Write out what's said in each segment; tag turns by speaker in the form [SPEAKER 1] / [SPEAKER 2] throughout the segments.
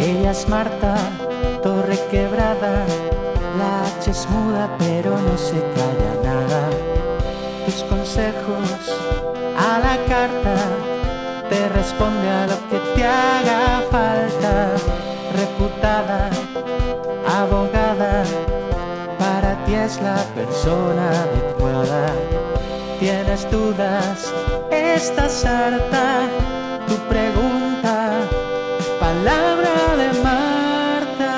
[SPEAKER 1] Ella es Marta, torre quebrada. La H es muda, pero no se calla nada. Tus consejos a la carta te responde a lo que te haga falta. Reputada, abogada, para ti es la persona adecuada. Tienes dudas, estás harta. Tu pregunta, palabra de Marta.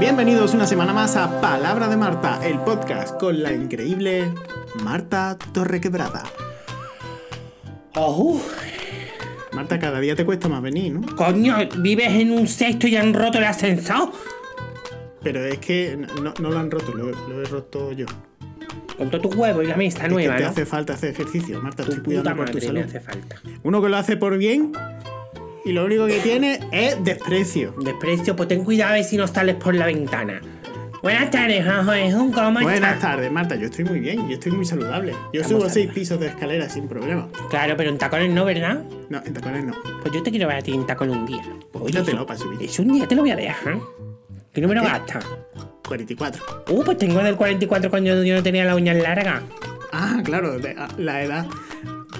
[SPEAKER 2] Bienvenidos una semana más a Palabra de Marta, el podcast con la increíble Marta Torrequebrada.
[SPEAKER 3] Oh,
[SPEAKER 2] Marta, cada día te cuesta más venir, ¿no?
[SPEAKER 3] coño, vives en un sexto y han roto el ascensor.
[SPEAKER 2] Pero es que no, no lo han roto, lo, lo he roto yo.
[SPEAKER 3] Con todos tus huevos y la mesa
[SPEAKER 2] Es que
[SPEAKER 3] nueva,
[SPEAKER 2] te
[SPEAKER 3] ¿no?
[SPEAKER 2] hace falta hacer ejercicio, Marta,
[SPEAKER 3] Tu
[SPEAKER 2] estoy
[SPEAKER 3] puta
[SPEAKER 2] cuidando por tu
[SPEAKER 3] madre me
[SPEAKER 2] salud.
[SPEAKER 3] hace falta.
[SPEAKER 2] Uno que lo hace por bien y lo único que tiene es desprecio.
[SPEAKER 3] Desprecio, pues ten cuidado a ver si no sales por la ventana. Buenas tardes, Juanjo, ¿cómo
[SPEAKER 2] Buenas
[SPEAKER 3] estás?
[SPEAKER 2] tardes, Marta. Yo estoy muy bien, yo estoy muy saludable. Yo
[SPEAKER 3] Estamos
[SPEAKER 2] subo seis
[SPEAKER 3] saludables.
[SPEAKER 2] pisos de escalera sin problema.
[SPEAKER 3] Claro, pero en tacones no, ¿verdad?
[SPEAKER 2] No, en tacones no.
[SPEAKER 3] Pues yo te quiero ver a ti en tacón un día.
[SPEAKER 2] Pues quítatelo
[SPEAKER 3] eso-
[SPEAKER 2] para subir.
[SPEAKER 3] Eso un día te lo voy a dejar. Que no me lo
[SPEAKER 2] ¿Qué?
[SPEAKER 3] gasta.
[SPEAKER 2] 44.
[SPEAKER 3] Uh, pues tengo del 44 cuando yo no tenía las uñas largas.
[SPEAKER 2] Ah, claro, de- a- la edad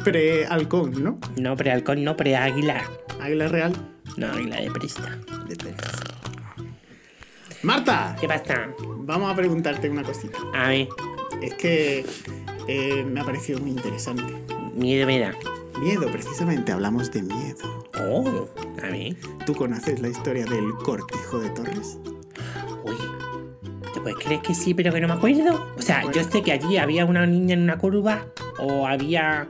[SPEAKER 2] pre-halcón, ¿no?
[SPEAKER 3] No, pre-halcón, no, pre-águila.
[SPEAKER 2] Águila real.
[SPEAKER 3] No, águila de presta.
[SPEAKER 2] Marta,
[SPEAKER 3] ¿Qué pasa?
[SPEAKER 2] vamos a preguntarte una cosita.
[SPEAKER 3] A ver,
[SPEAKER 2] Es que eh, me ha parecido muy interesante.
[SPEAKER 3] miedo me da.
[SPEAKER 2] Miedo, precisamente hablamos de miedo.
[SPEAKER 3] Oh, a ver.
[SPEAKER 2] ¿Tú conoces la historia del cortijo de Torres?
[SPEAKER 3] Uy. ¿Te puedes creer que sí, pero que no me acuerdo? O sea,
[SPEAKER 2] Bueno.
[SPEAKER 3] yo sé que allí había una niña en una curva o había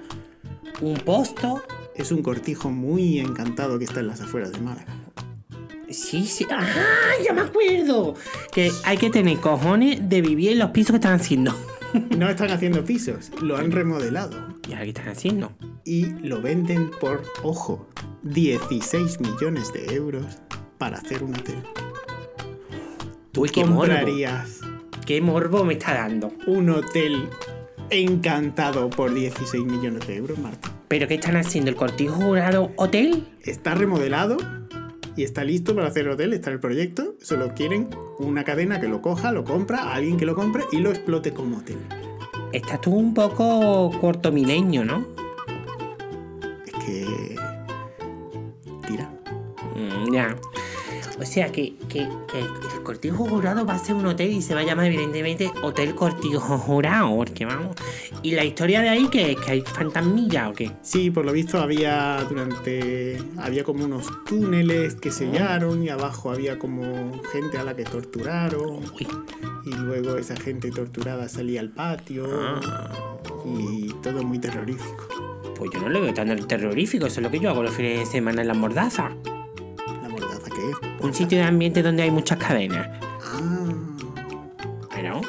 [SPEAKER 3] un posto.
[SPEAKER 2] Es un cortijo muy encantado que está en las afueras de Málaga.
[SPEAKER 3] Sí, sí. ¡Ah! ¡Ya me acuerdo! Que hay que tener cojones de vivir en los pisos que están haciendo.
[SPEAKER 2] No están haciendo pisos, lo han remodelado
[SPEAKER 3] ¿Y ahora qué están haciendo?
[SPEAKER 2] y lo venden por, ojo, 16 millones de euros para hacer un hotel. ¿Tú
[SPEAKER 3] Uy, qué
[SPEAKER 2] comprarías
[SPEAKER 3] ¿Qué morbo me está dando?
[SPEAKER 2] un hotel encantado por 16 millones de euros, Marta?
[SPEAKER 3] ¿Pero qué están haciendo? ¿El cortijo jurado hotel?
[SPEAKER 2] Está remodelado y está listo para hacer hotel, está el proyecto. Solo quieren una cadena que lo coja, lo compra, alguien que lo compre y lo explote como hotel.
[SPEAKER 3] Estás tú un poco cortomileño, ¿no?
[SPEAKER 2] Es que... Tira.
[SPEAKER 3] Mm, ya. O sea que, que, que el Cortijo Jurado va a ser un hotel y se va a llamar evidentemente Hotel Cortijo Jurado, porque vamos. ¿Y la historia de ahí que es? ¿Que hay fantasmilla o qué?
[SPEAKER 2] Sí, por lo visto había durante. Había como unos túneles que sellaron y abajo había como gente a la que torturaron.
[SPEAKER 3] Uy.
[SPEAKER 2] Y luego esa gente torturada salía al patio.
[SPEAKER 3] Ah,
[SPEAKER 2] Y todo muy terrorífico.
[SPEAKER 3] pues yo no lo veo tan terrorífico, eso es lo que yo hago los fines de semana en las mordazas.
[SPEAKER 2] La mordaza que es.
[SPEAKER 3] Un sitio de ambiente donde hay muchas cadenas.
[SPEAKER 2] Ah.
[SPEAKER 3] Pero,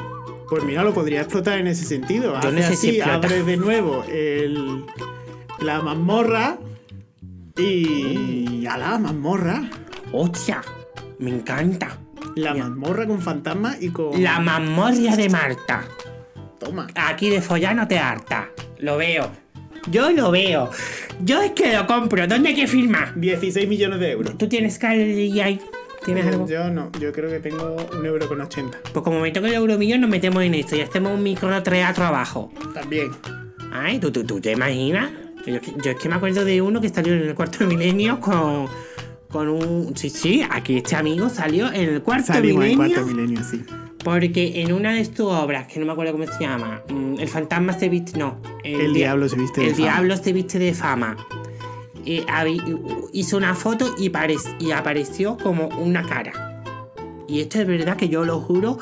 [SPEAKER 2] Pues mira, lo podría explotar en ese sentido.
[SPEAKER 3] Yo no
[SPEAKER 2] Hace
[SPEAKER 3] sé si
[SPEAKER 2] así,
[SPEAKER 3] explota.
[SPEAKER 2] abres de nuevo el, la mazmorra. Y. a la mazmorra.
[SPEAKER 3] hostia, me encanta.
[SPEAKER 2] La
[SPEAKER 3] Ya.
[SPEAKER 2] mazmorra con fantasma y con.
[SPEAKER 3] La memoria de Marta.
[SPEAKER 2] Toma.
[SPEAKER 3] Aquí de follar no te harta. Lo veo. Yo lo veo. Yo es que lo compro. ¿Dónde hay que firmar?
[SPEAKER 2] 16 millones de euros.
[SPEAKER 3] ¿Tú tienes y ahí? ¿Tienes algo?
[SPEAKER 2] Yo no, yo creo que tengo un euro con 80.
[SPEAKER 3] Pues como me toca el euromillón, nos metemos en esto y hacemos un microteatro abajo.
[SPEAKER 2] También.
[SPEAKER 3] Ay, ¿tú, tú, tú te imaginas? Yo, es que- yo es que me acuerdo de uno que salió en el cuarto milenio con, con un... Sí, sí, aquí este amigo salió en el cuarto
[SPEAKER 2] Salimos en
[SPEAKER 3] milenio.
[SPEAKER 2] cuarto milenio, sí.
[SPEAKER 3] Porque en una de sus obras, que no me acuerdo cómo se llama, mm, El fantasma se viste. No.
[SPEAKER 2] El
[SPEAKER 3] dia-
[SPEAKER 2] diablo se viste de
[SPEAKER 3] El
[SPEAKER 2] fama.
[SPEAKER 3] diablo se viste de fama. Eh, habi- hizo una foto y, parec- y apareció como una cara. Y esto es verdad que yo lo juro,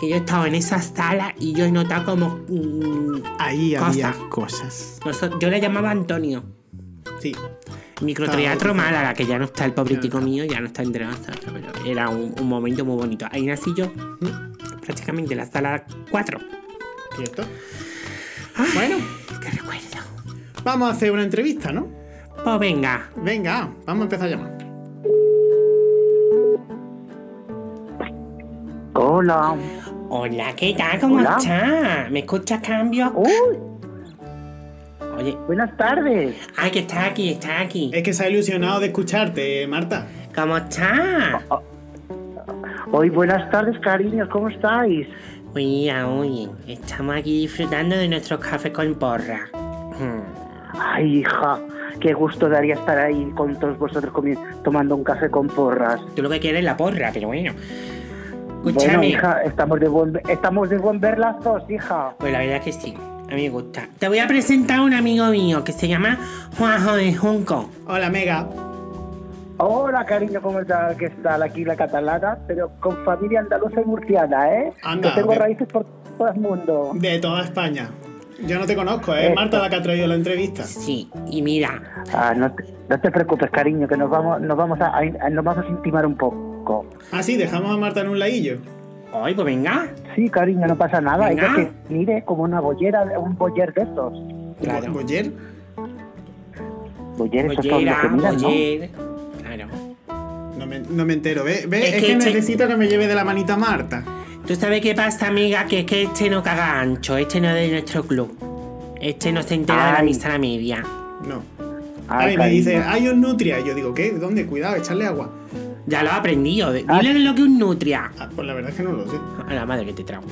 [SPEAKER 3] que yo he estado en esa sala y yo he notado como. mm,
[SPEAKER 2] Ahí
[SPEAKER 3] Cosa.
[SPEAKER 2] había cosas.
[SPEAKER 3] noso- yo le llamaba Antonio.
[SPEAKER 2] Sí.
[SPEAKER 3] Microteatro
[SPEAKER 2] Estaba-
[SPEAKER 3] Málaga, que ya no está el
[SPEAKER 2] Ah,
[SPEAKER 3] pobre
[SPEAKER 2] Ya no
[SPEAKER 3] chico
[SPEAKER 2] está.
[SPEAKER 3] mío, ya no está entre nosotros, pero era un, un momento muy bonito. Ahí nací yo, mm, prácticamente en la sala 4.
[SPEAKER 2] ¿Cierto? Bueno,
[SPEAKER 3] Qué recuerdo.
[SPEAKER 2] vamos a hacer una entrevista, ¿no?
[SPEAKER 3] Pues venga.
[SPEAKER 2] Venga, vamos a empezar a llamar.
[SPEAKER 4] Hola.
[SPEAKER 3] Hola, ¿qué tal? ¿Cómo
[SPEAKER 4] Hola.
[SPEAKER 3] estás? ¿Me escuchas cambio?
[SPEAKER 4] Uy.
[SPEAKER 3] Oye,
[SPEAKER 4] Buenas tardes.
[SPEAKER 3] ay, que está aquí, está aquí.
[SPEAKER 4] Eh.
[SPEAKER 2] Es que se ha ilusionado de escucharte, Marta.
[SPEAKER 3] ¿Cómo
[SPEAKER 4] Ah,
[SPEAKER 3] está?
[SPEAKER 4] Hoy buenas tardes, cariños. ¿Cómo estáis?
[SPEAKER 3] Oye, oye, estamos aquí disfrutando de nuestros cafés con porra. Mm.
[SPEAKER 4] Ay, hija, qué gusto daría estar ahí con todos vosotros comi- tomando un café con porras.
[SPEAKER 3] Tú lo que quieres es la porra, pero bueno.
[SPEAKER 4] Bueno,
[SPEAKER 3] Escúchame.
[SPEAKER 4] hija, estamos de buen, estamos de buen ver las dos, hija.
[SPEAKER 3] Pues la verdad que sí, a mí me gusta. Te voy a presentar a un amigo mío que se llama Juanjo de Junco.
[SPEAKER 2] Hola, Mega.
[SPEAKER 4] Hola, cariño, ¿cómo está? ¿Qué tal aquí la catalana? Pero con familia andaluza y murciana, ¿eh?
[SPEAKER 2] Anda,
[SPEAKER 4] que tengo
[SPEAKER 2] ok.
[SPEAKER 4] raíces por todo el mundo.
[SPEAKER 2] De toda España. Yo no te conozco, ¿eh?
[SPEAKER 4] Esto.
[SPEAKER 2] Marta la que ha traído la entrevista.
[SPEAKER 3] Sí, y mira,
[SPEAKER 4] Ah, no te, no te preocupes, cariño, que nos vamos, nos vamos a, a- nos vamos a intimar un poco.
[SPEAKER 2] Ah, sí, dejamos a Marta en un ladillo.
[SPEAKER 3] hoy pues venga.
[SPEAKER 4] Sí, cariño, no pasa nada. hay
[SPEAKER 3] Venga.
[SPEAKER 4] que mire como una bollera, un boller de estos.
[SPEAKER 3] Claro.
[SPEAKER 2] Boyer.
[SPEAKER 4] Bolleres estos son los
[SPEAKER 3] Bollera,
[SPEAKER 4] que miran, ¿no?
[SPEAKER 3] boller. Claro.
[SPEAKER 2] No me, no me entero, ¿ves? ¿Ves?
[SPEAKER 3] Es
[SPEAKER 2] Es,
[SPEAKER 3] que
[SPEAKER 2] que,
[SPEAKER 3] este-
[SPEAKER 2] necesito que me lleve de la manita Marta.
[SPEAKER 3] ¿Tú sabes qué pasa, amiga? Que es que este no caga ancho, este no es de nuestro club. Este no se entera de la
[SPEAKER 4] Ay.
[SPEAKER 3] misa a la media.
[SPEAKER 2] No.
[SPEAKER 4] Ay,
[SPEAKER 1] Ah,
[SPEAKER 2] Ay, me
[SPEAKER 4] Ah, cariño.
[SPEAKER 2] dice, hay un nutria. Y yo digo, ¿qué? ¿Dónde? Cuidado, echarle agua.
[SPEAKER 3] Ya lo ha aprendido. de-
[SPEAKER 4] Ah.
[SPEAKER 3] Dile lo que es un nutria.
[SPEAKER 2] Ah, pues la verdad es que no lo sé.
[SPEAKER 3] A la madre que te trago.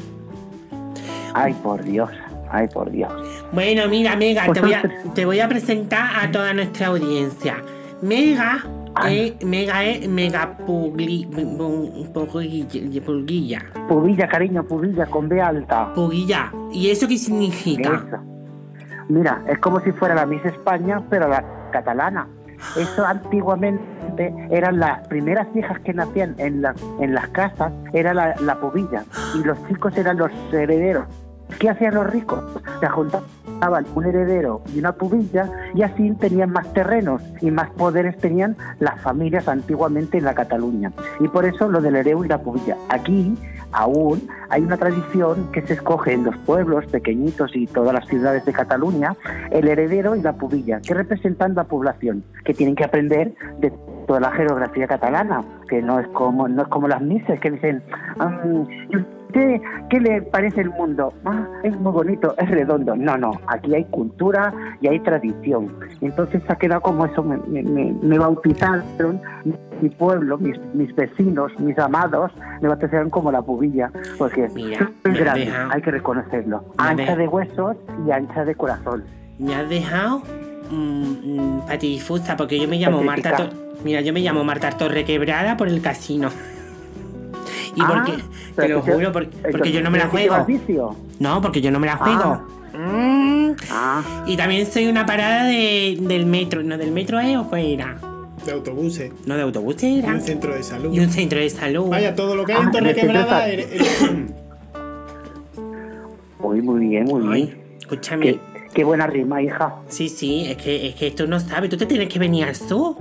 [SPEAKER 4] Ay, por Dios, ay, por Dios.
[SPEAKER 3] Bueno, mira, Mega, te
[SPEAKER 4] Pues
[SPEAKER 3] voy, a,
[SPEAKER 4] antes-
[SPEAKER 3] te voy a presentar a toda nuestra audiencia. Mega,
[SPEAKER 4] Ay.
[SPEAKER 3] eh, Mega es Mega Pugli- Pugli- Pugli- Pulguilla.
[SPEAKER 4] Pubilla, cariño, pubilla, con B alta.
[SPEAKER 3] Pugilla. ¿Y eso qué significa?
[SPEAKER 4] Eso. Mira, es como si fuera la Miss España, pero la catalana. Eso antiguamente eran las primeras hijas que nacían en, las en las casas, era la, la pubilla, y los chicos eran los herederos. ¿Qué hacían los ricos? Se juntaban un heredero y una pubilla, y así tenían más terrenos y más poderes tenían las familias antiguamente en la Cataluña. Y por eso lo del hereu y la pubilla. Aquí aún hay una tradición que se escoge en los pueblos pequeñitos y todas las ciudades de Cataluña el heredero y la pubilla, que representan la población, que tienen que aprender de toda la geografía catalana, que no es como no es como las mises que dicen, "Mm, "Am, ¿y usted qué le parece el mundo? Ah, es muy bonito, es redondo. No, no, aquí hay cultura y hay tradición. Entonces ha quedado como eso, me, me- me- me bautizaron mi pueblo, mis, mis vecinos, mis amados, me bautizaron como la pubilla, porque
[SPEAKER 3] Mira, me
[SPEAKER 4] es
[SPEAKER 3] has
[SPEAKER 4] grande,
[SPEAKER 3] dejado.
[SPEAKER 4] hay que reconocerlo.
[SPEAKER 3] Me has
[SPEAKER 4] Ancha
[SPEAKER 3] dejado.
[SPEAKER 4] de huesos y ancha de corazón.
[SPEAKER 3] Me has dejado mm, mm, patidifusa, porque yo me llamo
[SPEAKER 4] Patética.
[SPEAKER 3] Marta. Tor- Mira, yo me llamo Marta Torrequebrada por el casino. Y
[SPEAKER 4] Ah,
[SPEAKER 3] porque, te
[SPEAKER 4] pero
[SPEAKER 3] lo
[SPEAKER 4] que-
[SPEAKER 3] juro, por- porque, yo no me la
[SPEAKER 4] ¿pero que llevas
[SPEAKER 3] juego.
[SPEAKER 4] vicio?
[SPEAKER 3] No, porque yo no me la
[SPEAKER 4] Ah.
[SPEAKER 3] juego. Mm.
[SPEAKER 4] Ah,
[SPEAKER 3] Y también soy una parada de- del metro. ¿No del metro eh, o qué era?
[SPEAKER 2] De autobuses,
[SPEAKER 3] No, de autobús
[SPEAKER 2] de
[SPEAKER 3] era.
[SPEAKER 2] un centro de salud.
[SPEAKER 3] Y un centro de salud.
[SPEAKER 2] Vaya, todo lo que hay
[SPEAKER 4] Ah,
[SPEAKER 2] en Torre
[SPEAKER 4] necesito
[SPEAKER 2] Quebrada.
[SPEAKER 4] esa-
[SPEAKER 2] eres- eres-
[SPEAKER 4] uy, muy bien, muy bien.
[SPEAKER 3] Ay, escúchame.
[SPEAKER 4] Qué, qué buena rima, hija.
[SPEAKER 3] Sí, sí, es que, es que tú no sabes. Tú te tienes que venir al sur.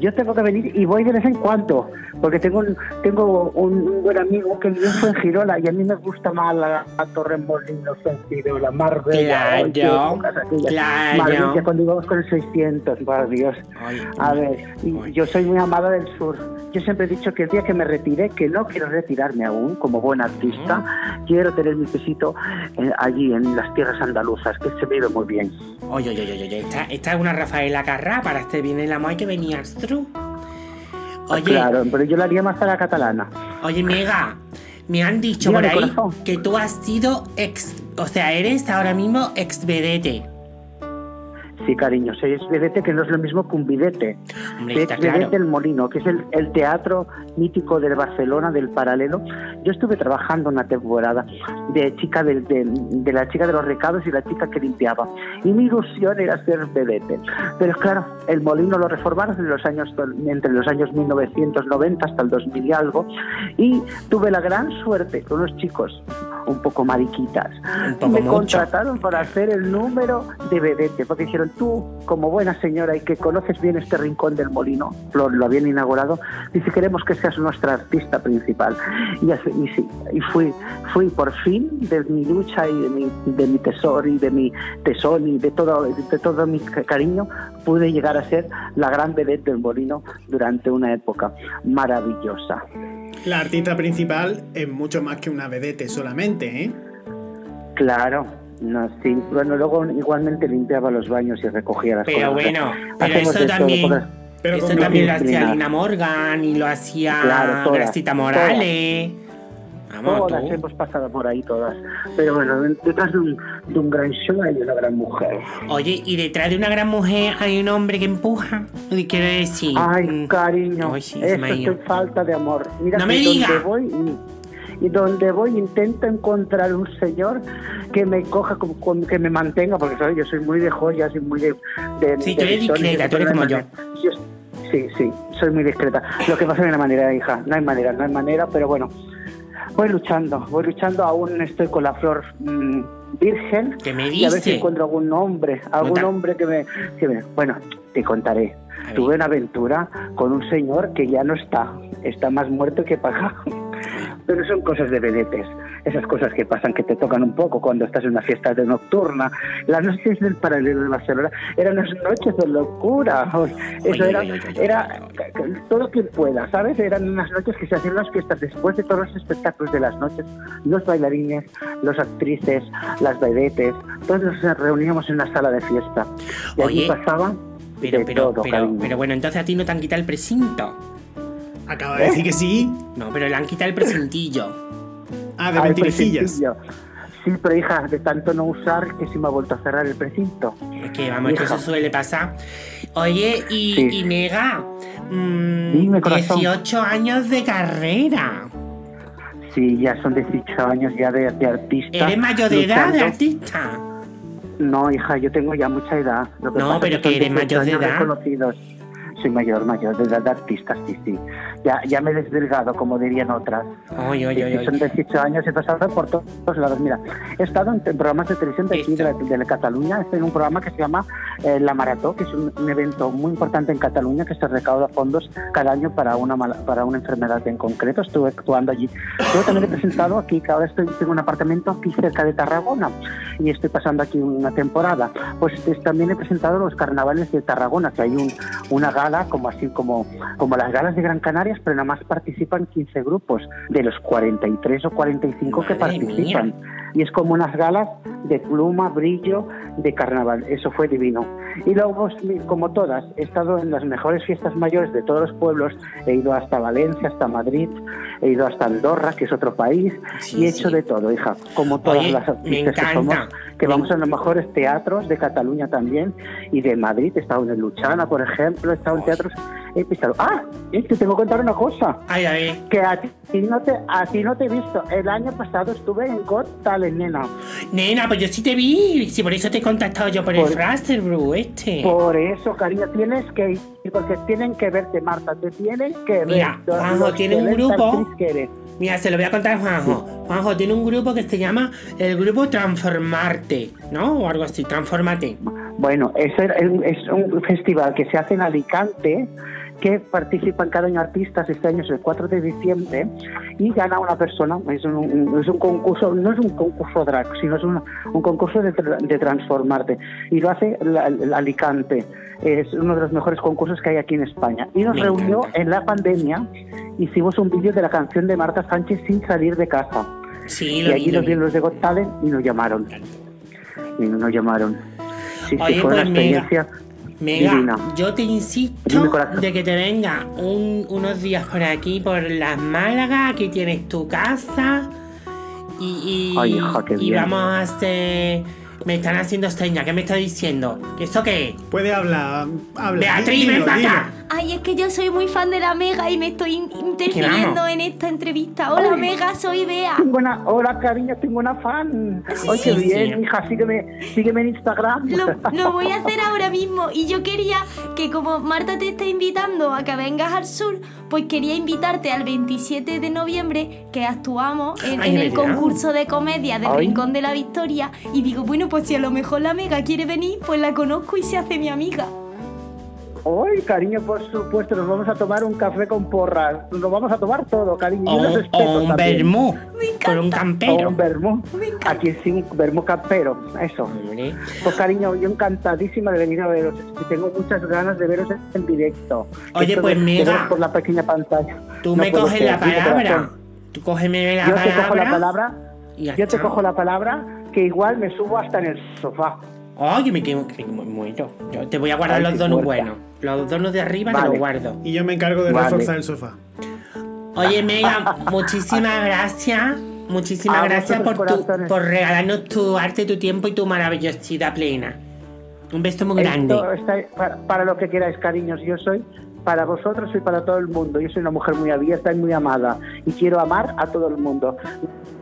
[SPEAKER 4] Yo tengo que venir y voy de vez en cuando, porque tengo un, tengo un, un buen amigo que vive en Girola y a mí me gusta más la, la Torre Molinos en Girola, Marbella. ay, qué
[SPEAKER 3] Claro,
[SPEAKER 4] épocas aquellas.
[SPEAKER 3] claro.
[SPEAKER 4] Marbella, cuando íbamos con el 600, por Dios.
[SPEAKER 3] Ay,
[SPEAKER 4] A ver, y
[SPEAKER 3] Ay.
[SPEAKER 4] yo soy muy amada del sur. Yo siempre he dicho que el día que me retire, que no quiero retirarme aún como buen artista, quiero tener mi pisito eh, allí en las tierras andaluzas, que se vive muy bien.
[SPEAKER 3] Oye, oye, oye, oye, esta, esta es una Rafaela Carrá, para este bien el amor hay que venir al sur. Oye,
[SPEAKER 4] Claro, pero yo la haría más a la catalana.
[SPEAKER 3] oye, Mega, me han dicho
[SPEAKER 4] Dígame,
[SPEAKER 3] por ahí
[SPEAKER 4] corazón.
[SPEAKER 3] que tú has sido ex, o sea, eres ahora mismo ex vedete.
[SPEAKER 4] Sí, cariño, soy vedete, que no es lo mismo que un videte.
[SPEAKER 3] Hombre,
[SPEAKER 4] Es
[SPEAKER 3] está claro.
[SPEAKER 4] Vedette el Molino, que es el, el teatro mítico del Barcelona, del paralelo. Yo estuve trabajando una temporada de chica del- de, de la chica de los recados y la chica que limpiaba. Y mi ilusión era ser vedete. Pero claro, el Molino lo reformaron en los años, entre los años 1990 hasta el 2000 y algo. Y tuve la gran suerte con unos chicos un poco mariquitas.
[SPEAKER 3] Un poco
[SPEAKER 4] me
[SPEAKER 3] mucho.
[SPEAKER 4] contrataron para hacer el número de vedete, porque dijeron, tú, como buena señora y que conoces bien este rincón del molino, lo, lo habían inaugurado, dice, queremos que seas nuestra artista principal. Y, así- y sí, y fui, fui por fin de mi lucha y de mi, de mi tesoro y de mi tesón y de todo, de todo mi ca- cariño, pude llegar a ser la gran vedette del molino durante una época maravillosa.
[SPEAKER 2] La artista principal es mucho más que una vedete solamente, ¿eh?
[SPEAKER 4] Claro, No, sí. Bueno, luego igualmente limpiaba los baños y recogía las
[SPEAKER 3] Pero
[SPEAKER 4] cosas.
[SPEAKER 3] bueno, pero
[SPEAKER 4] Hacemos
[SPEAKER 3] eso
[SPEAKER 4] de todo,
[SPEAKER 3] también.
[SPEAKER 4] cosas-
[SPEAKER 2] Pero
[SPEAKER 3] eso
[SPEAKER 2] con lo
[SPEAKER 3] también lo hacía
[SPEAKER 4] disciplinar.
[SPEAKER 3] Lina Morgan y lo hacía
[SPEAKER 4] Claro, todas,
[SPEAKER 3] Gracita Morales. Vamos,
[SPEAKER 4] Todas
[SPEAKER 3] tú.
[SPEAKER 4] hemos pasado por ahí todas. Pero bueno, detrás de un, de un gran show hay una gran mujer.
[SPEAKER 3] Oye, y detrás de una gran mujer hay un hombre que empuja. Y Quiero decir.
[SPEAKER 4] Ay,
[SPEAKER 3] mm,
[SPEAKER 4] cariño,
[SPEAKER 3] Ay, sí, se
[SPEAKER 4] eso
[SPEAKER 3] me ha
[SPEAKER 4] es
[SPEAKER 3] ido.
[SPEAKER 4] falta de amor. Mira
[SPEAKER 3] No
[SPEAKER 4] que
[SPEAKER 3] me diga.
[SPEAKER 4] donde voy mm, y donde voy intento encontrar un señor que me coja, como- como- que me mantenga, porque ¿sabes? yo soy muy de joyas y muy de. de
[SPEAKER 3] Sí,
[SPEAKER 4] de
[SPEAKER 3] tú eres
[SPEAKER 4] vistones y
[SPEAKER 3] discreta,
[SPEAKER 4] de
[SPEAKER 3] tú eres como yo.
[SPEAKER 4] Yo- Sí, sí, soy muy discreta. Lo que pasa es que no hay manera, hija, no hay manera, no hay manera, pero bueno, voy luchando, voy luchando. Aún estoy con la flor mm, virgen.
[SPEAKER 3] ¿Qué me
[SPEAKER 4] Y a ver si
[SPEAKER 3] dice?
[SPEAKER 4] encuentro algún hombre, algún
[SPEAKER 3] Cuenta.
[SPEAKER 4] hombre que me, que me- Bueno, te contaré.
[SPEAKER 3] A ver.
[SPEAKER 4] Tuve una aventura con un señor que ya no está, está más muerto que paja. Pero son cosas de vedetes, esas cosas que pasan, que te tocan un poco cuando estás en una fiesta de nocturna. Las noches del paralelo de Barcelona eran unas noches de locura. Ay, Eso
[SPEAKER 3] Oye,
[SPEAKER 4] era,
[SPEAKER 3] oye, oye, oye,
[SPEAKER 4] era
[SPEAKER 3] oye,
[SPEAKER 4] todo quien pueda, ¿sabes? Eran unas noches que se hacían las fiestas después de todos los espectáculos de las noches. Los bailarines, las actrices, las vedetes, todos nos reuníamos en una sala de fiesta. Y allí
[SPEAKER 3] Oye,
[SPEAKER 4] pasaba
[SPEAKER 3] Pero,
[SPEAKER 4] de
[SPEAKER 3] pero,
[SPEAKER 4] todo,
[SPEAKER 3] pero,
[SPEAKER 4] cariño.
[SPEAKER 3] pero bueno, entonces a ti no te han quitado el precinto.
[SPEAKER 2] Acaba de decir que sí.
[SPEAKER 3] No, pero le han quitado el precintillo.
[SPEAKER 2] Ah, de
[SPEAKER 4] Al
[SPEAKER 2] mentirijillas.
[SPEAKER 4] precintillo. pues, Sí, pero hija, de tanto no usar que se me ha vuelto a cerrar el precinto.
[SPEAKER 3] Es que vamos, que
[SPEAKER 4] Hija.
[SPEAKER 3] eso suele pasar. Oye, y,
[SPEAKER 4] Sí.
[SPEAKER 3] y Mega, mm,
[SPEAKER 4] Dime, corazón.
[SPEAKER 3] 18 años de carrera.
[SPEAKER 4] Sí, ya son 18 años ya de, de artista.
[SPEAKER 3] ¿Eres mayor de edad de
[SPEAKER 4] luchando.
[SPEAKER 3] artista?
[SPEAKER 4] No, hija, yo tengo ya mucha edad. Lo que
[SPEAKER 3] No,
[SPEAKER 4] pasa es
[SPEAKER 3] pero que
[SPEAKER 4] son
[SPEAKER 3] eres mayor de
[SPEAKER 4] 18 años
[SPEAKER 3] edad.
[SPEAKER 4] reconocidos. Soy mayor, mayor de edad de artista, sí, sí. Ya, ya me he desdelgado, como dirían otras.
[SPEAKER 3] Oye, oye,
[SPEAKER 4] Sí,
[SPEAKER 3] oye.
[SPEAKER 4] sí, Son 18 años, he pasado por todos lados. Mira, he estado en en programas de televisión de aquí, de, la- de la Cataluña. Estoy en un programa que se llama eh, La Marató, que es un, un evento muy importante en Cataluña que se recauda fondos cada año para una, mala- para una enfermedad en concreto. Estuve actuando allí. Yo también he presentado aquí, que ahora estoy, tengo un apartamento aquí cerca de Tarragona y estoy pasando aquí una temporada. Pues eh, también he presentado los carnavales de Tarragona, que hay un, una gala como así como, como las galas de Gran Canarias, pero nada más participan 15 grupos de los 43 o 45 que
[SPEAKER 3] Madre
[SPEAKER 4] participan. Y es como unas galas de pluma, brillo, de carnaval. Eso fue divino. Y luego, pues, como todas, he estado en las mejores fiestas mayores de todos los pueblos. He ido hasta Valencia, hasta Madrid, he ido hasta Andorra, que es otro país,
[SPEAKER 3] Sí,
[SPEAKER 4] y he hecho
[SPEAKER 3] sí.
[SPEAKER 4] de todo, hija. Como todas
[SPEAKER 3] Oye,
[SPEAKER 4] las
[SPEAKER 3] me
[SPEAKER 4] artistas que
[SPEAKER 3] encanta.
[SPEAKER 4] somos, que
[SPEAKER 3] Me
[SPEAKER 4] vamos a los mejores teatros de Cataluña también y de Madrid. He estado en el Luchana, por ejemplo, he estado en teatros. He pisado. ¡Ah! Y Te tengo que contar una cosa.
[SPEAKER 3] Ay, a ver.
[SPEAKER 4] Que a ti, no te, a ti no te he visto. El año pasado estuve en Got Talent, nena.
[SPEAKER 3] Nena, pues yo sí te vi. Si por eso te he contactado yo por, el
[SPEAKER 4] Por-
[SPEAKER 3] Rasterbrew este.
[SPEAKER 4] Por eso, cariño, tienes que ir. Porque tienen que verte, Marta. Te tienen que ver.
[SPEAKER 3] Mira,
[SPEAKER 4] Los-
[SPEAKER 3] Juanjo,
[SPEAKER 4] los
[SPEAKER 3] tiene un
[SPEAKER 4] talentos
[SPEAKER 3] grupo.
[SPEAKER 4] que eres.
[SPEAKER 3] Mira, se lo voy a contar a Juanjo. Juanjo tiene un grupo que se llama el grupo Transformarte, ¿no? O algo así, Transformate.
[SPEAKER 4] Bueno, es, el- es un festival que se hace en Alicante, que participan cada año artistas, este año es el 4 de diciembre, y gana una persona, es un, un- es un concurso, no es un concurso drag, sino es un, un concurso de, tra- de transformarte, y lo hace la- el Alicante, es uno de los mejores concursos que hay aquí en España, y nos
[SPEAKER 3] Me
[SPEAKER 4] reunió
[SPEAKER 3] encanta.
[SPEAKER 4] en la pandemia, hicimos un vídeo de la canción de Marta Sánchez sin salir de casa,
[SPEAKER 3] Sí,
[SPEAKER 4] y,
[SPEAKER 3] lo vi,
[SPEAKER 4] allí
[SPEAKER 3] lo
[SPEAKER 4] nos
[SPEAKER 3] vi.
[SPEAKER 4] vieron los de Got Talent y nos llamaron y no nos llamaron. Sí, sí,
[SPEAKER 3] Oye,
[SPEAKER 4] fue una
[SPEAKER 3] pues, mira.
[SPEAKER 4] experiencia.
[SPEAKER 3] Mega,
[SPEAKER 4] Divina.
[SPEAKER 3] yo te
[SPEAKER 4] Dime,
[SPEAKER 3] insisto
[SPEAKER 4] corazón.
[SPEAKER 3] de que te venga un- unos días por aquí, por las Málagas, aquí tienes tu casa y, y-
[SPEAKER 4] Ay, hija, qué
[SPEAKER 3] y
[SPEAKER 4] bien.
[SPEAKER 3] vamos a hacer... Me están haciendo señas, ¿qué me está diciendo? ¿Que ¿Esto qué es?
[SPEAKER 2] Puede hablar. habla.
[SPEAKER 3] Beatriz,
[SPEAKER 2] Dilo,
[SPEAKER 3] ven para
[SPEAKER 2] dilo.
[SPEAKER 3] acá.
[SPEAKER 5] Ay, es que yo soy muy fan de la Mega y me estoy in- interfiriendo
[SPEAKER 3] vamos.
[SPEAKER 5] en esta entrevista. Hola, Mega, soy Bea.
[SPEAKER 4] Tengo una, hola cariño, tengo una fan. Oye,
[SPEAKER 3] sí,
[SPEAKER 4] bien,
[SPEAKER 3] sí.
[SPEAKER 4] hija, sígueme, sígueme en Instagram.
[SPEAKER 5] Lo, lo voy a hacer ahora mismo. Y yo quería que, como Marta te está invitando a que vengas al sur, pues quería invitarte al 27 de noviembre que actuamos en,
[SPEAKER 3] Ay,
[SPEAKER 5] en
[SPEAKER 3] es
[SPEAKER 5] el
[SPEAKER 3] verdad.
[SPEAKER 5] concurso de comedia del
[SPEAKER 4] Ay.
[SPEAKER 5] Rincón de la Victoria. Y digo, bueno, pues si a lo mejor la Mega quiere venir, pues la conozco y se hace mi amiga.
[SPEAKER 4] Hoy, cariño, por supuesto, nos vamos a tomar un café con porras. Nos vamos a tomar todo, cariño.
[SPEAKER 3] O
[SPEAKER 4] y unos
[SPEAKER 3] un,
[SPEAKER 4] espetos
[SPEAKER 3] o un
[SPEAKER 4] también.
[SPEAKER 3] vermú con un
[SPEAKER 4] O
[SPEAKER 3] campero.
[SPEAKER 4] un vermú.
[SPEAKER 5] Me encanta.
[SPEAKER 4] Aquí sí, un vermú campero. Eso.
[SPEAKER 3] Hombre.
[SPEAKER 4] Pues cariño, yo encantadísima de venir a veros. Y tengo muchas ganas de veros en directo.
[SPEAKER 3] Oye,
[SPEAKER 4] Esto
[SPEAKER 3] pues,
[SPEAKER 4] de- de
[SPEAKER 3] mira.
[SPEAKER 4] veros por la pequeña pantalla.
[SPEAKER 3] Tú
[SPEAKER 4] No
[SPEAKER 3] me
[SPEAKER 4] puede
[SPEAKER 3] coges
[SPEAKER 4] ser,
[SPEAKER 3] la
[SPEAKER 4] dime,
[SPEAKER 3] palabra.
[SPEAKER 4] corazón.
[SPEAKER 3] Tú cógeme la
[SPEAKER 4] Yo
[SPEAKER 3] palabra.
[SPEAKER 4] te cojo la palabra.
[SPEAKER 3] y ya
[SPEAKER 4] Yo te
[SPEAKER 3] está.
[SPEAKER 4] cojo la palabra que igual me subo hasta en el sofá.
[SPEAKER 3] Ay, que me quemo, que me muero. Yo te voy a guardar
[SPEAKER 4] Ay,
[SPEAKER 3] los
[SPEAKER 4] qué
[SPEAKER 3] donos
[SPEAKER 4] fuerte.
[SPEAKER 3] buenos. Los donos de arriba te
[SPEAKER 4] Vale.
[SPEAKER 3] los guardo.
[SPEAKER 2] Y yo me encargo de
[SPEAKER 4] Vale.
[SPEAKER 2] reforzar el sofá.
[SPEAKER 3] Oye, Megan, muchísimas gracias. Muchísimas
[SPEAKER 4] A
[SPEAKER 3] gracias por,
[SPEAKER 4] vosotros,
[SPEAKER 3] tu-
[SPEAKER 4] corazones.
[SPEAKER 3] por regalarnos tu arte, tu tiempo y tu maravillosidad plena. Un beso muy grande.
[SPEAKER 4] Esto está para, para lo que queráis, cariños. Yo soy para vosotros y para todo el mundo. Yo soy una mujer muy abierta y muy amada. Y quiero amar a todo el mundo.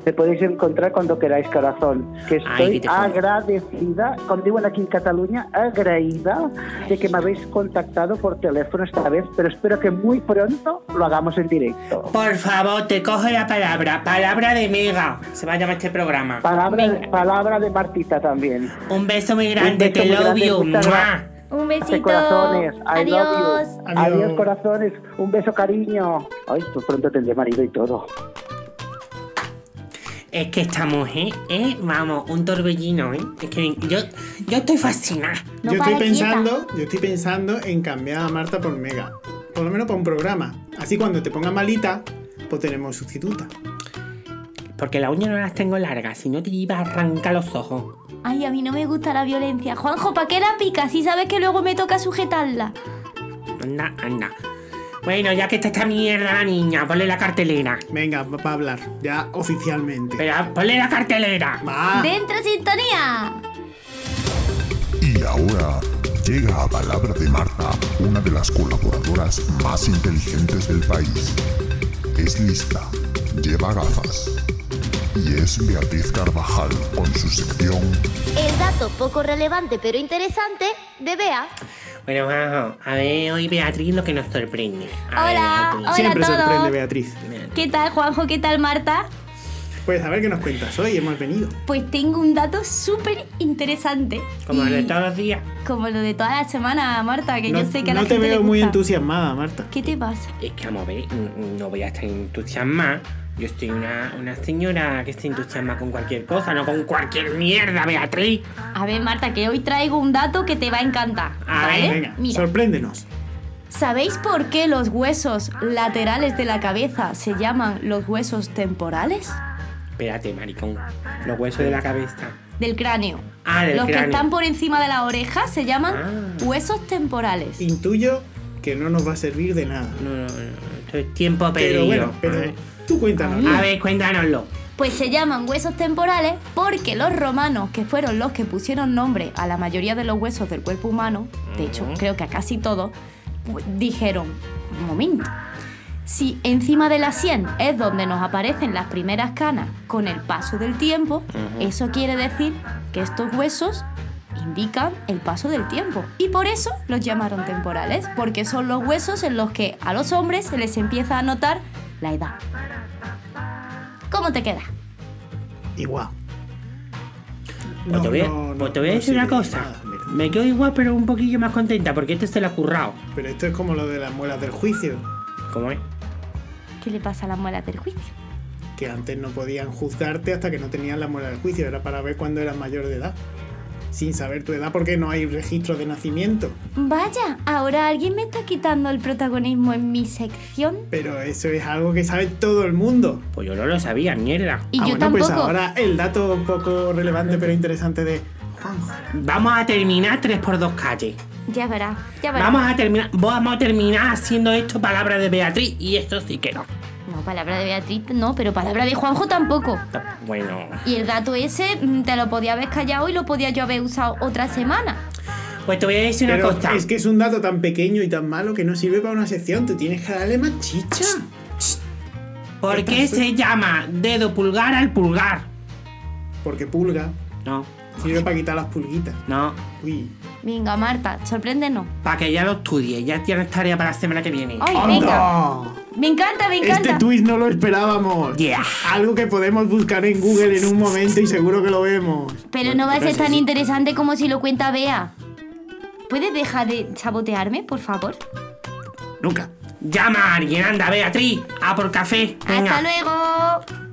[SPEAKER 4] Me podéis encontrar cuando queráis, corazón. Que
[SPEAKER 3] Ay, que
[SPEAKER 4] estoy
[SPEAKER 3] te jodas.
[SPEAKER 4] agradecida, como digo aquí en Cataluña, agradecida de que me habéis contactado por teléfono esta vez. Pero espero que muy pronto lo hagamos en directo.
[SPEAKER 3] Por favor, te cojo la palabra. Palabra de Mega. Se va a llamar este programa.
[SPEAKER 4] Palabra, palabra de Martita también.
[SPEAKER 3] Un beso muy grande. te
[SPEAKER 4] beso muy
[SPEAKER 3] love
[SPEAKER 4] grande,
[SPEAKER 3] you.
[SPEAKER 4] muchas
[SPEAKER 3] ¡Mua!
[SPEAKER 4] gracias.
[SPEAKER 5] Un
[SPEAKER 4] De
[SPEAKER 5] besito.
[SPEAKER 4] corazones. I love
[SPEAKER 5] Adiós.
[SPEAKER 4] you.
[SPEAKER 2] Adiós.
[SPEAKER 4] Adiós. corazones. Un beso, cariño. Ay, pues pronto tendré marido y todo.
[SPEAKER 3] Es que esta mujer, eh, vamos, un torbellino, eh. Es que yo, yo estoy fascinada.
[SPEAKER 5] No
[SPEAKER 2] yo estoy
[SPEAKER 5] para quieta.
[SPEAKER 2] pensando, yo estoy pensando en cambiar a Marta por Mega. Por lo menos para un programa. Así cuando te pongas malita, pues tenemos sustituta.
[SPEAKER 3] Porque las uñas no las tengo largas, si no te iba a arrancar los ojos.
[SPEAKER 5] Ay, a mí no me gusta la violencia. Juanjo, ¿para qué la picas? Si sabes que luego me toca sujetarla.
[SPEAKER 3] Anda, anda. Bueno, ya que está esta mierda la niña, ponle la cartelera.
[SPEAKER 2] Venga, para hablar, ya oficialmente.
[SPEAKER 3] Pero ponle la cartelera.
[SPEAKER 2] Va.
[SPEAKER 5] ¡Dentro sintonía!
[SPEAKER 6] Y ahora llega a palabra de Marta, una de las colaboradoras más inteligentes del país. Es lista, lleva gafas y es Beatriz Carvajal con su sección
[SPEAKER 7] El dato poco relevante pero interesante de Bea.
[SPEAKER 3] Bueno, vamos, a ver hoy Beatriz lo que nos sorprende. A ver,
[SPEAKER 5] Hola,
[SPEAKER 3] Beatriz.
[SPEAKER 5] hola
[SPEAKER 2] Siempre
[SPEAKER 5] a todos.
[SPEAKER 2] sorprende Beatriz.
[SPEAKER 5] ¿Qué tal, Juanjo? ¿Qué tal, Marta?
[SPEAKER 2] Pues a ver qué nos cuentas hoy, hemos venido.
[SPEAKER 5] Pues tengo un dato súper interesante.
[SPEAKER 3] Como
[SPEAKER 5] Y
[SPEAKER 3] de todos los días.
[SPEAKER 5] Como lo de toda la semana, Marta, que
[SPEAKER 2] no
[SPEAKER 5] yo sé que a la
[SPEAKER 2] no te
[SPEAKER 5] gente le
[SPEAKER 2] veo muy
[SPEAKER 5] gusta.
[SPEAKER 2] entusiasmada, Marta.
[SPEAKER 5] ¿Qué te pasa?
[SPEAKER 3] Es que vamos a ver, mm, no voy a estar entusiasmada. Yo estoy una, una señora que está entusiasmada con cualquier cosa, no con cualquier mierda, Beatriz.
[SPEAKER 5] A ver, Marta, que hoy traigo un dato que te va a encantar.
[SPEAKER 3] A ver,
[SPEAKER 5] ¿vale?
[SPEAKER 2] Ah, Venga,
[SPEAKER 5] Mira,
[SPEAKER 2] sorpréndenos.
[SPEAKER 5] ¿sabéis por qué los huesos laterales de la cabeza se llaman los huesos temporales?
[SPEAKER 3] Espérate, maricón. Los huesos de la cabeza.
[SPEAKER 5] Del cráneo.
[SPEAKER 3] Ah, del
[SPEAKER 5] los
[SPEAKER 3] cráneo.
[SPEAKER 5] que están por encima de la oreja se llaman
[SPEAKER 3] Ah.
[SPEAKER 5] huesos temporales.
[SPEAKER 2] Intuyo que no nos va a servir de nada.
[SPEAKER 3] No, no, no, no, Esto es tiempo
[SPEAKER 2] Pero
[SPEAKER 3] perdido.
[SPEAKER 2] bueno, pero tú cuéntanos.
[SPEAKER 3] A ver, cuéntanoslo.
[SPEAKER 5] Pues se llaman huesos temporales porque los romanos, que fueron los que pusieron nombre a la mayoría de los huesos del cuerpo humano, de hecho
[SPEAKER 3] Ujú.
[SPEAKER 5] creo que a casi todos, pu- dijeron, un momento, si encima de la sien es donde nos aparecen las primeras canas con el paso del tiempo,
[SPEAKER 3] Ujú.
[SPEAKER 5] eso quiere decir que estos huesos indican el paso del tiempo. Y por eso los llamaron temporales, porque son los huesos en los que a los hombres se les empieza a notar la edad. ¿Cómo te queda?
[SPEAKER 2] Ah, Igual.
[SPEAKER 3] Pues te voy a, pues te voy a decir
[SPEAKER 2] no sirve
[SPEAKER 3] una
[SPEAKER 2] de
[SPEAKER 3] cosa.
[SPEAKER 2] nada, mira.
[SPEAKER 3] Me quedo igual, pero un poquillo más contenta, porque este se lo ha currado.
[SPEAKER 2] Pero esto es como lo de las muelas del juicio,
[SPEAKER 3] ¿Cómo es?
[SPEAKER 5] ¿Qué le pasa a las muelas del juicio?
[SPEAKER 2] que antes no podían juzgarte hasta que no tenían la muela del juicio, era para ver cuándo eras mayor de edad. Sin saber tu edad porque no hay registro de nacimiento.
[SPEAKER 5] Vaya, ahora alguien me está quitando el protagonismo en mi sección.
[SPEAKER 2] Pero eso es algo que sabe todo el mundo.
[SPEAKER 3] Pues yo no lo sabía, mierda.
[SPEAKER 5] Y
[SPEAKER 2] Ah,
[SPEAKER 5] yo
[SPEAKER 2] bueno,
[SPEAKER 5] tampoco.
[SPEAKER 2] pues ahora el dato un poco relevante pero interesante de Juanjo.
[SPEAKER 3] Vamos a terminar 3 por 2 calles.
[SPEAKER 5] Ya verás, ya verás.
[SPEAKER 3] Vamos a terminar. Vamos a terminar haciendo esto palabra de Beatriz. Y esto sí que no.
[SPEAKER 5] No, palabra de Beatriz, no, pero palabra de Juanjo tampoco.
[SPEAKER 3] Bueno.
[SPEAKER 5] Y el dato ese mm, te lo podía haber callado y lo podía yo haber usado otra semana.
[SPEAKER 3] Pues te voy a decir una
[SPEAKER 2] Pero
[SPEAKER 3] cosa.
[SPEAKER 2] es que es un dato tan pequeño y tan malo que no sirve para una sección. Tú tienes que darle más chicha.
[SPEAKER 3] ¿Por qué se llama dedo pulgar al pulgar?
[SPEAKER 2] Porque pulga
[SPEAKER 3] No,
[SPEAKER 2] sirve para quitar las pulguitas.
[SPEAKER 3] no.
[SPEAKER 2] Uy.
[SPEAKER 5] Venga, Marta, sorpréndenos.
[SPEAKER 3] Para que ya lo estudie. Ya tienes tarea para la semana que viene.
[SPEAKER 5] ¡Ay, venga!
[SPEAKER 2] ¡Anda!
[SPEAKER 5] Me encanta, me encanta.
[SPEAKER 2] Este twist no lo esperábamos.
[SPEAKER 3] Yeah.
[SPEAKER 2] Algo que podemos buscar en Google en un momento y seguro que lo vemos.
[SPEAKER 5] Pero no va a ser tan interesante como si lo cuenta Bea. ¿Puedes dejar de sabotearme, por favor?
[SPEAKER 2] Nunca.
[SPEAKER 3] Llama a alguien, anda, Beatriz. A por café. Venga.
[SPEAKER 5] ¡Hasta luego!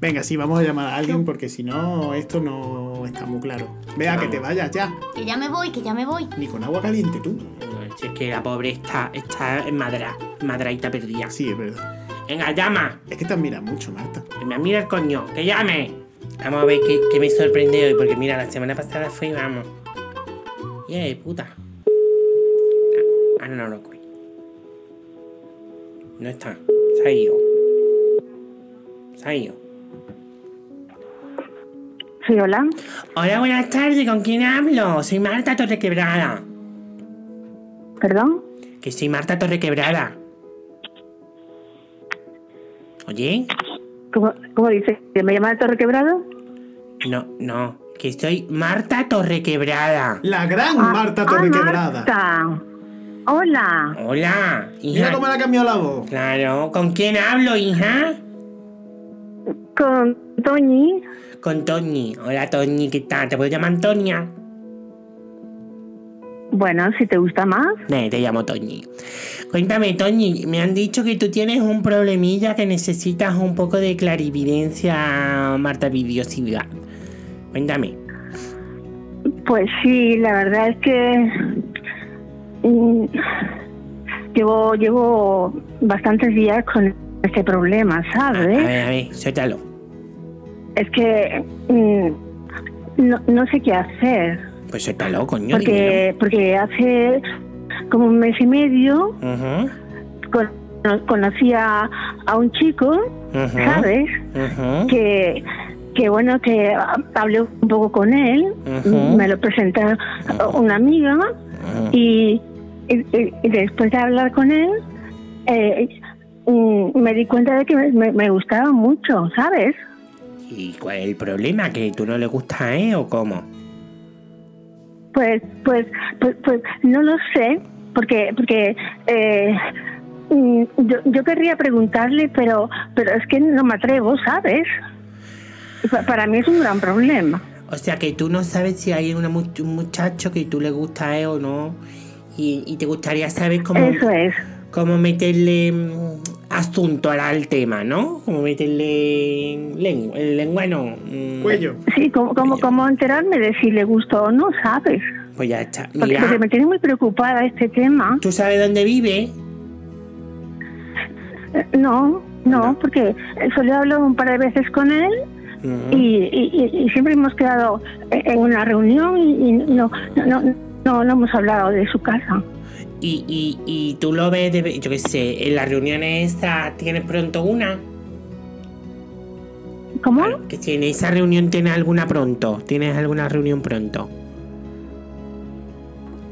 [SPEAKER 2] Venga, sí, vamos a llamar a alguien porque si no, esto no está muy claro. Vea que te vayas ya.
[SPEAKER 5] Que ya me voy, que ya me voy.
[SPEAKER 2] Ni con agua caliente tú.
[SPEAKER 3] Si es que la pobre está, está en madra, madraita perdida.
[SPEAKER 2] Sí, es verdad.
[SPEAKER 3] Venga, llama.
[SPEAKER 2] Es que te admira mucho, Marta.
[SPEAKER 3] Que me mira el coño. Que llame. Vamos a ver qué, qué me sorprende hoy, porque mira, la semana pasada fui, vamos. Yay, puta. Ah, no, no, no, coño. No está. Se ha ido. Se ha ido.
[SPEAKER 8] Sí, hola.
[SPEAKER 3] Hola, buenas tardes, ¿con quién hablo? Soy Marta Torrequebrada.
[SPEAKER 8] ¿Perdón?
[SPEAKER 3] Que soy Marta Torrequebrada. Oye,
[SPEAKER 8] ¿Cómo, cómo dice? ¿Que me llama de Torre Quebrado?
[SPEAKER 3] no, no, que soy Marta Torrequebrada.
[SPEAKER 2] La gran Marta
[SPEAKER 8] ah,
[SPEAKER 2] Torrequebrada.
[SPEAKER 8] Marta. Hola.
[SPEAKER 3] Hola,
[SPEAKER 2] Mira
[SPEAKER 3] hija.
[SPEAKER 2] cómo le ha cambiado la voz.
[SPEAKER 3] Claro, ¿con quién hablo, hija?
[SPEAKER 8] Con Toñi.
[SPEAKER 3] Con Tony. Hola, Tony, ¿qué tal? ¿Te puedo llamar Antonia?
[SPEAKER 8] Bueno, si te gusta más.
[SPEAKER 3] No, Eh, te llamo Toñi. Cuéntame, Toñi, me han dicho que tú tienes un problemilla que necesitas un poco de clarividencia, Marta Vidiosidad. Cuéntame.
[SPEAKER 8] Pues sí, la verdad es que mm, llevo llevo bastantes días con este problema,
[SPEAKER 3] A, a ver,
[SPEAKER 8] ¿sabes?
[SPEAKER 3] a ver, suéltalo.
[SPEAKER 8] Es que mm, no, no sé qué hacer
[SPEAKER 3] Pues suéltalo, coño. dímelo.
[SPEAKER 8] porque porque hace como un mes y medio
[SPEAKER 3] Ujú,
[SPEAKER 8] con- conocí a, a un chico,
[SPEAKER 3] ujú,
[SPEAKER 8] ¿sabes?
[SPEAKER 3] ujú.
[SPEAKER 8] que, que bueno, que ah, hablé un poco con él,
[SPEAKER 3] Ujú.
[SPEAKER 8] me lo presenta ah, una amiga y, y- y- y después de hablar con él, eh, mm, me di cuenta de que me, me- me gustaba mucho, ¿sabes?
[SPEAKER 3] ¿Y cuál es el problema? ¿Que tú no le gustas a él o cómo?
[SPEAKER 8] Pues, pues, pues, pues no lo sé, porque, porque eh, mm, yo, yo querría preguntarle, pero, pero es que no me atrevo, ¿sabes? Pa- Para mí es un gran problema.
[SPEAKER 3] O sea, que tú no sabes si hay una mu- un muchacho que tú le gusta a él o no. Y, y te gustaría saber cómo...
[SPEAKER 8] Eso es.
[SPEAKER 3] como meterle mm, asunto al, al tema, ¿no? Como meterle mm, lengua, el lengua no. mm,
[SPEAKER 2] Cuello.
[SPEAKER 8] Sí, ¿cómo, cómo, cómo enterarme de si le gustó o no, sabes?
[SPEAKER 3] Pues ya está.
[SPEAKER 8] Porque,
[SPEAKER 3] Mira,
[SPEAKER 8] porque me tiene muy preocupada este tema.
[SPEAKER 3] ¿tú sabes dónde vive?
[SPEAKER 8] Eh, No, no, porque eh, solo he hablado un par de veces con él
[SPEAKER 3] Mm,
[SPEAKER 8] y, y- y- y siempre hemos quedado eh, en una reunión y, y no, no, no, no hemos hablado de su casa.
[SPEAKER 3] Y, y, y tú lo ves, de, yo qué sé, en las reuniones estas tienes pronto una.
[SPEAKER 8] ¿Cómo?
[SPEAKER 3] Que si en esa reunión tienes alguna pronto, tienes alguna reunión pronto.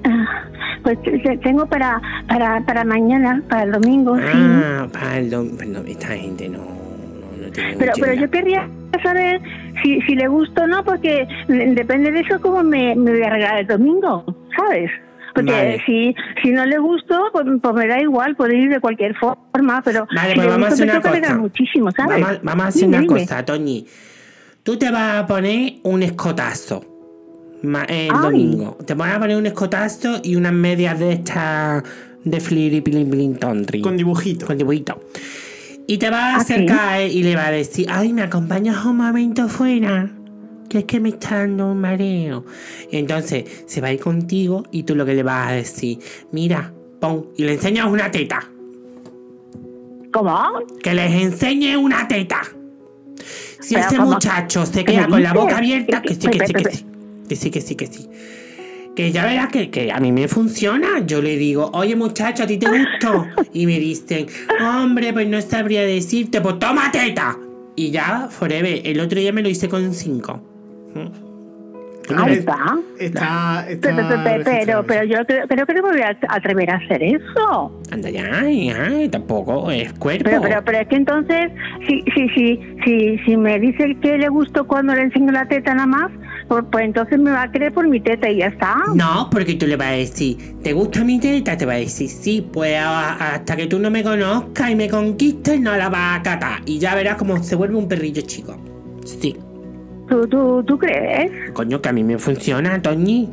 [SPEAKER 8] Ah, Pues te- te- tengo para, para, para mañana, para el domingo, sí.
[SPEAKER 3] Ah, perdón, perdón, esta gente no, no, no tiene
[SPEAKER 8] Pero,
[SPEAKER 3] mucha
[SPEAKER 8] pero yo
[SPEAKER 3] idea.
[SPEAKER 8] querría saber si, si le gusta o no, porque depende de eso cómo me, me voy a arreglar el domingo, ¿sabes? Porque
[SPEAKER 3] Vale.
[SPEAKER 8] si, si no le gusto, pues, pues me da igual, puede ir de cualquier forma, pero
[SPEAKER 3] Vale,
[SPEAKER 8] si
[SPEAKER 3] pues
[SPEAKER 8] le
[SPEAKER 3] vamos a
[SPEAKER 8] gusto,
[SPEAKER 3] hacer
[SPEAKER 8] me
[SPEAKER 3] una
[SPEAKER 8] toca arreglar
[SPEAKER 3] cosa.
[SPEAKER 8] muchísimo, ¿sabes?
[SPEAKER 3] Vamos, a- vamos a hacer
[SPEAKER 8] Dime,
[SPEAKER 3] una
[SPEAKER 8] dime.
[SPEAKER 3] cosa, Toñi. Tú te vas a poner un escotazo ma- el
[SPEAKER 8] Ay.
[SPEAKER 3] domingo. Te vas a poner un escotazo y unas medias de estas de fliripilin tontri.
[SPEAKER 2] Con dibujito.
[SPEAKER 3] Con dibujito. Y te vas a
[SPEAKER 8] Ah, sí.
[SPEAKER 3] acercar a él y le vas a decir, ay, ¿me acompañas un momento fuera? Que es que me está dando un mareo. Y entonces se va a ir contigo y tú lo que le vas a decir, mira, pon, y le enseñas una teta
[SPEAKER 8] ¿Cómo?
[SPEAKER 3] que les enseñe una teta. Si
[SPEAKER 8] Pero
[SPEAKER 3] ese
[SPEAKER 8] ¿cómo?
[SPEAKER 3] muchacho se
[SPEAKER 8] ¿Qué
[SPEAKER 3] queda
[SPEAKER 8] me
[SPEAKER 3] con la
[SPEAKER 8] dices?
[SPEAKER 3] boca abierta, que sí, que
[SPEAKER 8] Pe-
[SPEAKER 3] sí,
[SPEAKER 8] pe-
[SPEAKER 3] que
[SPEAKER 8] pe-
[SPEAKER 3] sí. Que sí, que sí, que sí. Que ya verás que, que a mí me funciona. Yo le digo, oye muchacho, ¿a ti te gustó? Y me dicen, hombre, pues no sabría decirte, pues toma teta. Y ya, forever. El otro día me lo hice con cinco. ¿Mm?
[SPEAKER 8] Ahí está.
[SPEAKER 2] Está. está
[SPEAKER 8] Pe- pe- pe- pe-
[SPEAKER 2] registrado
[SPEAKER 8] Pero, pero
[SPEAKER 2] eso.
[SPEAKER 8] yo creo, creo que no me voy a atrever a hacer eso.
[SPEAKER 3] Anda ya, ya, tampoco es cuerpo.
[SPEAKER 8] Pero, pero, pero es que entonces, si, si, si, si, si me dice que le gustó cuando le enseño la teta nada más, pues, pues entonces me va a creer por mi teta y ya está.
[SPEAKER 3] No, porque tú le vas a decir, ¿te gusta mi teta? Te va a decir, sí, pues a- hasta que tú no me conozcas y me conquistes, no la vas a catar. Y ya verás cómo se vuelve un perrillo chico. Sí.
[SPEAKER 8] ¿Tú, tú, tú crees?
[SPEAKER 3] Coño, que a mí me funciona, Toñi.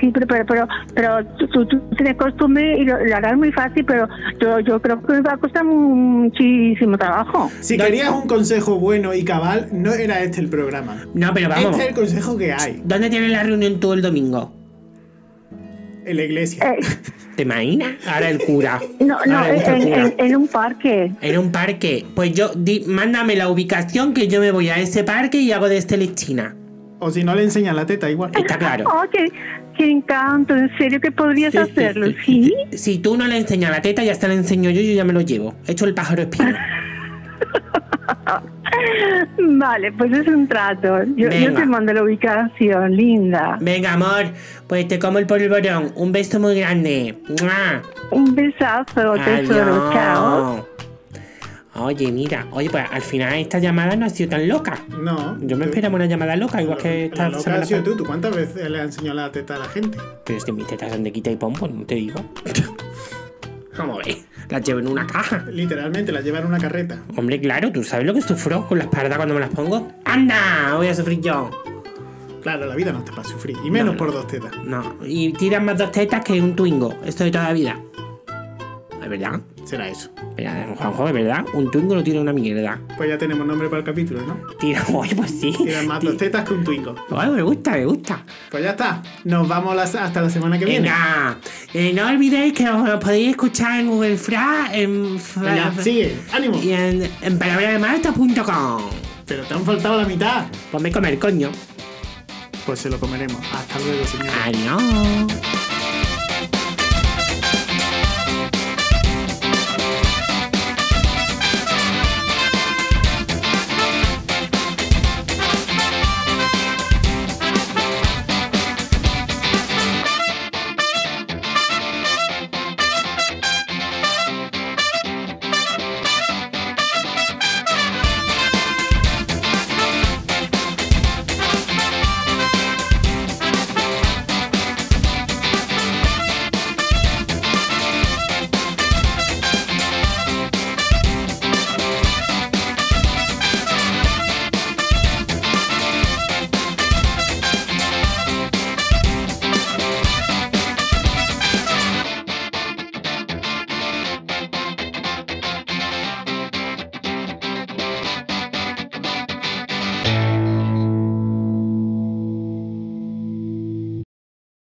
[SPEAKER 8] Sí, pero, pero, pero, pero tú, tú, tú tienes costumbre y lo, lo harás muy fácil, pero yo, yo creo que me va a costar muchísimo trabajo.
[SPEAKER 2] Si
[SPEAKER 3] Dale.
[SPEAKER 2] querías un consejo bueno y cabal, no era este el programa.
[SPEAKER 8] Este-
[SPEAKER 3] No, pero vamos.
[SPEAKER 2] Este es el consejo que hay.
[SPEAKER 3] ¿Dónde tienes la reunión tú el domingo?
[SPEAKER 2] En la iglesia.
[SPEAKER 8] Eh,
[SPEAKER 3] ¿Te imaginas? Ahora el cura.
[SPEAKER 8] no, no,
[SPEAKER 3] Ahora el
[SPEAKER 8] en,
[SPEAKER 3] cura.
[SPEAKER 8] en- en un parque.
[SPEAKER 3] En un parque. Pues yo, di- mándame la ubicación que yo me voy a ese parque y hago de Celestina.
[SPEAKER 2] O si no le enseñan la teta, igual.
[SPEAKER 3] Está claro.
[SPEAKER 8] Oh, qué, qué encanto, en serio que podrías hacerlo, ¿sí?
[SPEAKER 3] Si tú no le enseñas la teta, ya se la enseño yo, yo ya me lo llevo. Hecho el pájaro espino.
[SPEAKER 8] Vale, pues es un trato. Yo, yo
[SPEAKER 3] Venga.
[SPEAKER 8] te mando la ubicación, linda.
[SPEAKER 3] Venga, amor, pues te como el polvorón. Un beso muy grande. ¡Mua!
[SPEAKER 8] Un besazo, tesoro,
[SPEAKER 3] Adiós.
[SPEAKER 8] chao.
[SPEAKER 3] Oye, mira, oye, pues al final esta llamada no ha sido tan loca.
[SPEAKER 2] No.
[SPEAKER 3] Yo me
[SPEAKER 2] tú-
[SPEAKER 3] esperaba una llamada loca, igual
[SPEAKER 2] la-
[SPEAKER 3] que
[SPEAKER 2] la
[SPEAKER 3] esta
[SPEAKER 2] loca
[SPEAKER 3] semana
[SPEAKER 2] has sido
[SPEAKER 3] pasada.
[SPEAKER 2] tú. ¿Tú cuántas veces le has enseñado la teta a la gente?
[SPEAKER 3] Pero es que mis tetas son de quita y pon, pues no te digo. Vamos a ver, las llevo en una caja.
[SPEAKER 2] Literalmente, la llevan en una carreta.
[SPEAKER 3] Hombre, claro, tú sabes lo que sufro con la espalda cuando me las pongo. ¡Anda! Voy a sufrir yo.
[SPEAKER 2] Claro, la vida no está para sufrir. Y menos por dos tetas.
[SPEAKER 3] No, y tiran más dos tetas que un twingo. Esto de toda la vida. Es verdad.
[SPEAKER 2] Será eso.
[SPEAKER 3] Mira, Juanjo, es verdad. Un twingo no tira una mierda.
[SPEAKER 2] Pues ya tenemos nombre para el capítulo, ¿no?
[SPEAKER 3] Tira, oye, pues sí.
[SPEAKER 2] Tiran más dos tetas que un twingo.
[SPEAKER 3] Ay, me gusta, me gusta.
[SPEAKER 2] Pues ya está. Nos vamos las- hasta la semana que viene.
[SPEAKER 3] Venga, eh, no olvidéis que os lo podéis escuchar en Google Fra, en,
[SPEAKER 2] Venga, sigue. ¡Ánimo!
[SPEAKER 3] pues. y en, en palabrademarta.com.
[SPEAKER 2] Pero te han faltado la mitad.
[SPEAKER 3] Ponme comer, coño.
[SPEAKER 2] Pues se lo comeremos. Hasta luego, señores.
[SPEAKER 3] Adiós.